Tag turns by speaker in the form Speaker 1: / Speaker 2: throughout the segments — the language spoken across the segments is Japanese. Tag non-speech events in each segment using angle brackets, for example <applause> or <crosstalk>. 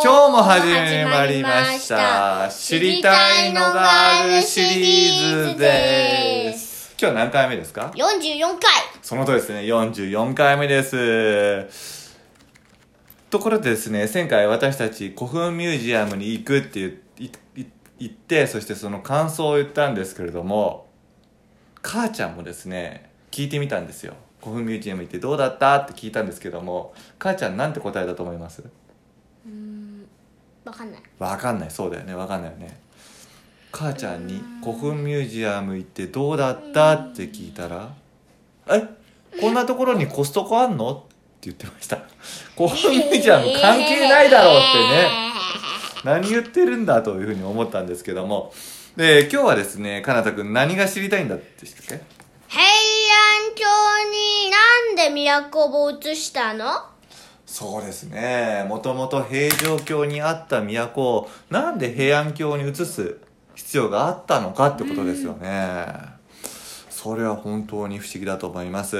Speaker 1: 始まりました知りたいのがあるシリーズです今日何回目ですか
Speaker 2: 44回
Speaker 1: その通りですね44回目ですところでですね前回私たち古墳ミュージアムに行くっていういい言ってそしてその感想を言ったんですけれども母ちゃんもですね聞いてみたんですよ古墳ミュージアム行ってどうだったって聞いたんですけども母ちゃんなんて答えだと思います
Speaker 2: わかんない
Speaker 1: わかんないそうだよねわかんないよね母ちゃんに「古墳ミュージアム行ってどうだった?」って聞いたら「えこんなところにコストコあんの?」って言ってました古墳ミュージアム関係ないだろうってね何言ってるんだというふうに思ったんですけどもで今日はですねかなたくん何が知りたいんだってしたっけ
Speaker 2: 平安京になんで都を移したの
Speaker 1: そうですねもともと平城京にあった都をなんで平安京に移す必要があったのかってことですよね、それは本当に不思議だと思います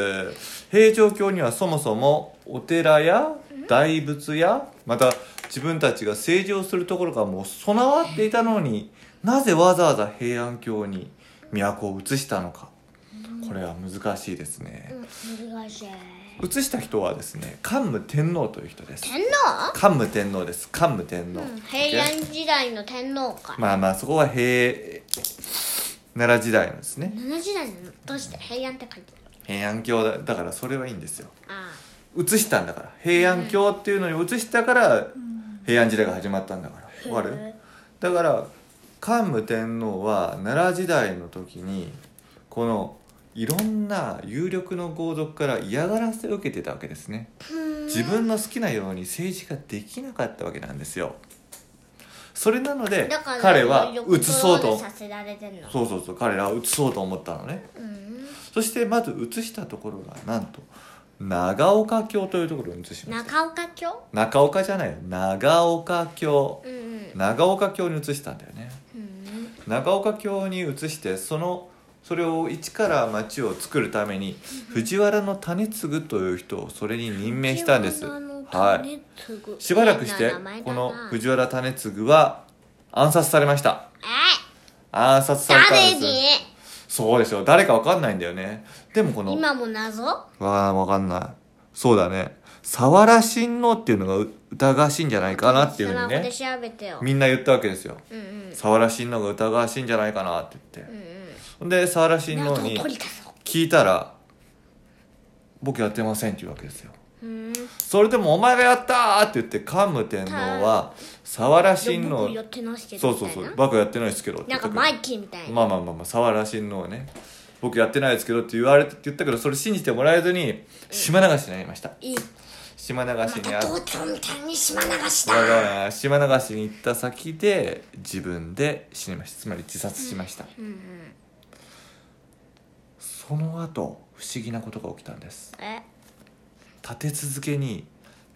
Speaker 1: 平城京にはそもそもお寺や大仏やまた自分たちが政治をするところがもう備わっていたのになぜわざわざ平安京に都を移したのかこれは難しいですね
Speaker 2: うん難しい
Speaker 1: 移した人はですね桓武天皇という人です
Speaker 2: 天
Speaker 1: 桓武天皇です桓武天皇、
Speaker 2: 皇、うん、平安時代の天皇か、
Speaker 1: まあまあそこは平奈良時代のですね
Speaker 2: 7時代なのどうして平安って書いてある
Speaker 1: 平安京だだからそれはいいんですよ
Speaker 2: あ
Speaker 1: 移したんだから平安京っていうのに移したから平安時代が始まったんだから
Speaker 2: あ
Speaker 1: わかるだから桓武天皇は奈良時代の時にこのいろんな有力の豪族から嫌がらせを受けてたわけですね自分の好きなように政治ができなかったわけなんですよそれなので
Speaker 2: だから
Speaker 1: 彼は移そ
Speaker 2: 横
Speaker 1: う
Speaker 2: 取り
Speaker 1: と
Speaker 2: させられてんの
Speaker 1: そうそうそう彼らは移そうと思ったのね
Speaker 2: うん
Speaker 1: そしてまず移したところがなんと長岡京というところに移しました
Speaker 2: 中岡京
Speaker 1: 中岡じゃないよ長岡京
Speaker 2: うんうん
Speaker 1: 長岡京に移したんだよね
Speaker 2: うん
Speaker 1: 長岡京に移してそのそれを一から町を作るために藤原の種継という人をそれに任命したんですはい
Speaker 2: い
Speaker 1: しばらくしてこの藤原種継は暗殺されました暗殺されたん
Speaker 2: 誰
Speaker 1: です
Speaker 2: に
Speaker 1: そうですよ誰かわかんないんだよねでもこの
Speaker 2: 今も謎
Speaker 1: わあわかんないそうだね沢良親王っていうのがう疑わしいんじゃないかなっていうふうに
Speaker 2: スマホで
Speaker 1: ね
Speaker 2: 調べてよ
Speaker 1: みんな言ったわけですよ
Speaker 2: うんうん
Speaker 1: 沢良親王が疑わしいんじゃないかなって言って
Speaker 2: うん
Speaker 1: ほんで沢良
Speaker 2: うん
Speaker 1: 親
Speaker 2: な
Speaker 1: 王
Speaker 2: ん
Speaker 1: に
Speaker 2: か取り出そう
Speaker 1: 聞いたら「僕やってません」って言うわけですよ
Speaker 2: うん
Speaker 1: それでも「お前がやった!」って言って桓武天皇は沢良親王
Speaker 2: 僕寄ってますけど
Speaker 1: そう
Speaker 2: みた
Speaker 1: そ
Speaker 2: い
Speaker 1: う
Speaker 2: な
Speaker 1: そう僕やってないですけどって
Speaker 2: なん
Speaker 1: 言った
Speaker 2: か
Speaker 1: けど
Speaker 2: マイキーみたいな
Speaker 1: まあまあまあまあ沢良親王ね僕やってないですけどって言われてって言ったけどそれ信じてもらえずに島流しになりました
Speaker 2: いい
Speaker 1: 島流
Speaker 2: ま
Speaker 1: しに
Speaker 2: た
Speaker 1: あ
Speaker 2: 同調みたいに島流した
Speaker 1: わざわざ島流しに行った先で自分で死にましたつまり自殺しました、
Speaker 2: うんうん
Speaker 1: その後不思議なことが起きたんです
Speaker 2: え
Speaker 1: 立て続けに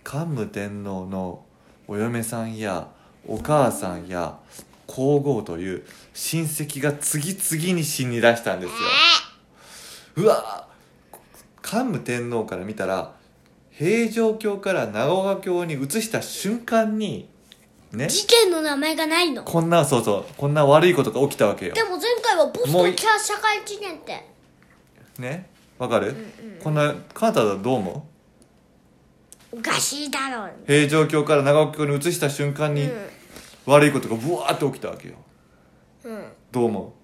Speaker 1: 桓武天皇のお嫁さんやお母さんや皇后という親戚が次々に死に出したんですようわ桓武天皇から見たら平城京から長岡京に移した瞬間にね
Speaker 2: 事件の名前がないの
Speaker 1: こんなそうそうこんな悪いことが起きたわけよ
Speaker 2: でも前回はボス
Speaker 1: もう
Speaker 2: ト
Speaker 1: い
Speaker 2: ンキャ社会事件って
Speaker 1: ねわかる、
Speaker 2: うん
Speaker 1: こんなカナタはどう思
Speaker 2: うんおかしいだろう
Speaker 1: う平城京から長岡京に移した瞬間に、悪いことがブワーって起きたわけよ
Speaker 2: うんうん
Speaker 1: どう思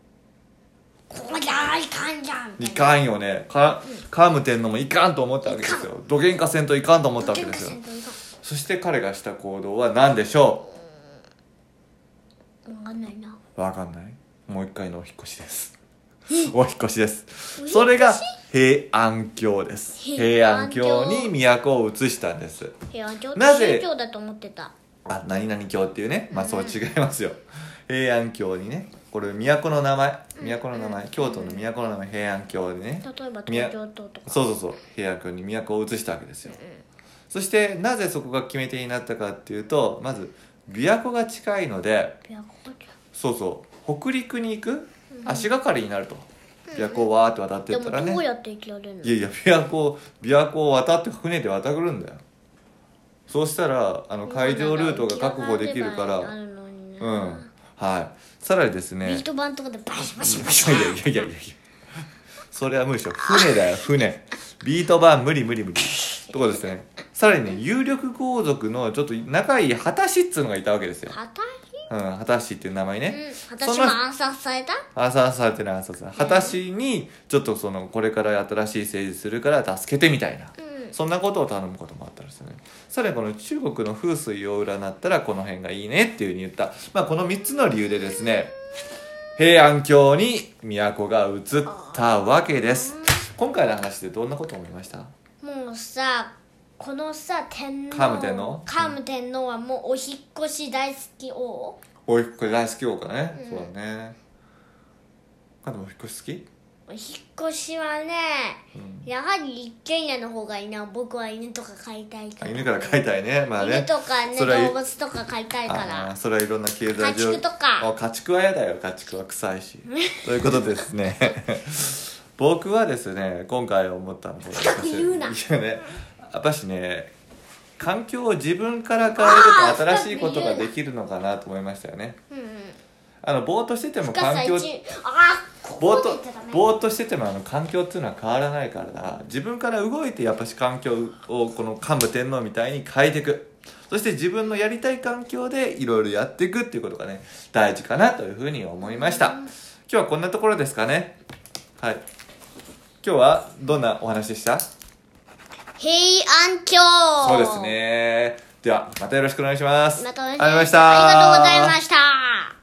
Speaker 2: これじゃいかんじゃん
Speaker 1: う
Speaker 2: み
Speaker 1: い
Speaker 2: たいな
Speaker 1: かんよねか桓武天皇もいかんと思ったわけですよどげんかせんといかんと思ったわけですよ
Speaker 2: 喧嘩せんといかん
Speaker 1: そして彼がした行動は何でしょ
Speaker 2: わかんないな。
Speaker 1: うわかんないもう一回のお引っ越しですお引っ越しですそれが平安京です
Speaker 2: 平
Speaker 1: 平安
Speaker 2: 安京
Speaker 1: 京に都を移したんです
Speaker 2: 平安京って
Speaker 1: なぜ
Speaker 2: 宗教だと思ってた。
Speaker 1: あ何々教っていうねまあそう
Speaker 2: うん
Speaker 1: 違いますよ平安京にねこれ都の名前都の名
Speaker 2: う
Speaker 1: 前
Speaker 2: ん
Speaker 1: 京都の都の名前平安京でね
Speaker 2: 例えば
Speaker 1: 宮
Speaker 2: 東京都とか。
Speaker 1: そうそうそう平安京に都を移したわけですよそしてなぜそこが決め手になったかっていうとまず琵琶湖が近いので
Speaker 2: 琵琶湖じ
Speaker 1: そうそう北陸に行く
Speaker 2: うん
Speaker 1: 足がかりになると琵琶湖をわーって渡ってい
Speaker 2: ゃ
Speaker 1: った
Speaker 2: ん。
Speaker 1: ら
Speaker 2: でも
Speaker 1: ね
Speaker 2: どうやって生きられるの
Speaker 1: いやいや琵琶湖琵琶湖を渡って船で渡るんだよそうしたらあの会場ルートが確保できるか
Speaker 2: あ
Speaker 1: ら
Speaker 2: るのにな
Speaker 1: うんはいさらにです
Speaker 2: ビ
Speaker 1: ね
Speaker 2: ート板とかでバシバシバシ
Speaker 1: いやいやいやいやいやそれは無理でしょ船だよ船ビート版無理無理無理とかですねさらにね有力豪族のちょっと仲いい畑師っつうのがいたわけですよ、
Speaker 2: はた
Speaker 1: うん、畑師っていう名前ね、
Speaker 2: うん
Speaker 1: その
Speaker 2: 私も暗殺された
Speaker 1: あさあさってなあさあさ果たしにちょっとそのこれから新しい政治するから助けてみたいな、
Speaker 2: うん
Speaker 1: そんなことを頼むこともあったんですよねさらにこの中国の風水を占ったらこの辺がいいねっていうふうに言った、まあ、この3つの理由でですね平安京に都が移ったわけです今回の話でどんなこと思いました
Speaker 2: もうさこのさ天皇
Speaker 1: 桓武天皇
Speaker 2: 桓武天皇はもうお引っ越し大好き王
Speaker 1: おいこれ大好き王かね、
Speaker 2: うん
Speaker 1: そうだねあでもお引っ越し好き
Speaker 2: お引っ越しはね、やはり一軒家の方がいいな僕は犬とか飼いたいか
Speaker 1: あ
Speaker 2: ら
Speaker 1: 犬から飼いたいねまあね
Speaker 2: 犬とかね
Speaker 1: それは
Speaker 2: 動物とか飼いたいか
Speaker 1: あー
Speaker 2: ら
Speaker 1: それはいろんな経済
Speaker 2: 家畜とか
Speaker 1: あ家畜は嫌だよ家畜は臭
Speaker 2: <laughs>
Speaker 1: いしということですね <laughs> 僕はですね今回思ったのこれ
Speaker 2: 深く言うない
Speaker 1: やねやっぱしね環境を自分から変えると
Speaker 2: あー
Speaker 1: 新しいことができるのかなと思いましたよね
Speaker 2: うんうん
Speaker 1: あのぼーっとしてても
Speaker 2: 深さ
Speaker 1: 環
Speaker 2: 一
Speaker 1: 境
Speaker 2: あーこ
Speaker 1: ぼー
Speaker 2: こ
Speaker 1: っ
Speaker 2: で言っ
Speaker 1: と
Speaker 2: ちゃダメ
Speaker 1: ぼーっとしててもあの環境っていうのは変わらないからだ自分から動いてやっぱし環境をこの桓武天皇みたいに変えていくそして自分のやりたい環境でいろいろやっていくっていうことがね大事かなというふうに思いました今日はこんなところですかねはい今日はどんなお話でした
Speaker 2: 平安京
Speaker 1: そうですねではまたよろしくお願いします
Speaker 2: またお願いし
Speaker 1: ありがとうございました
Speaker 2: ありがとうございました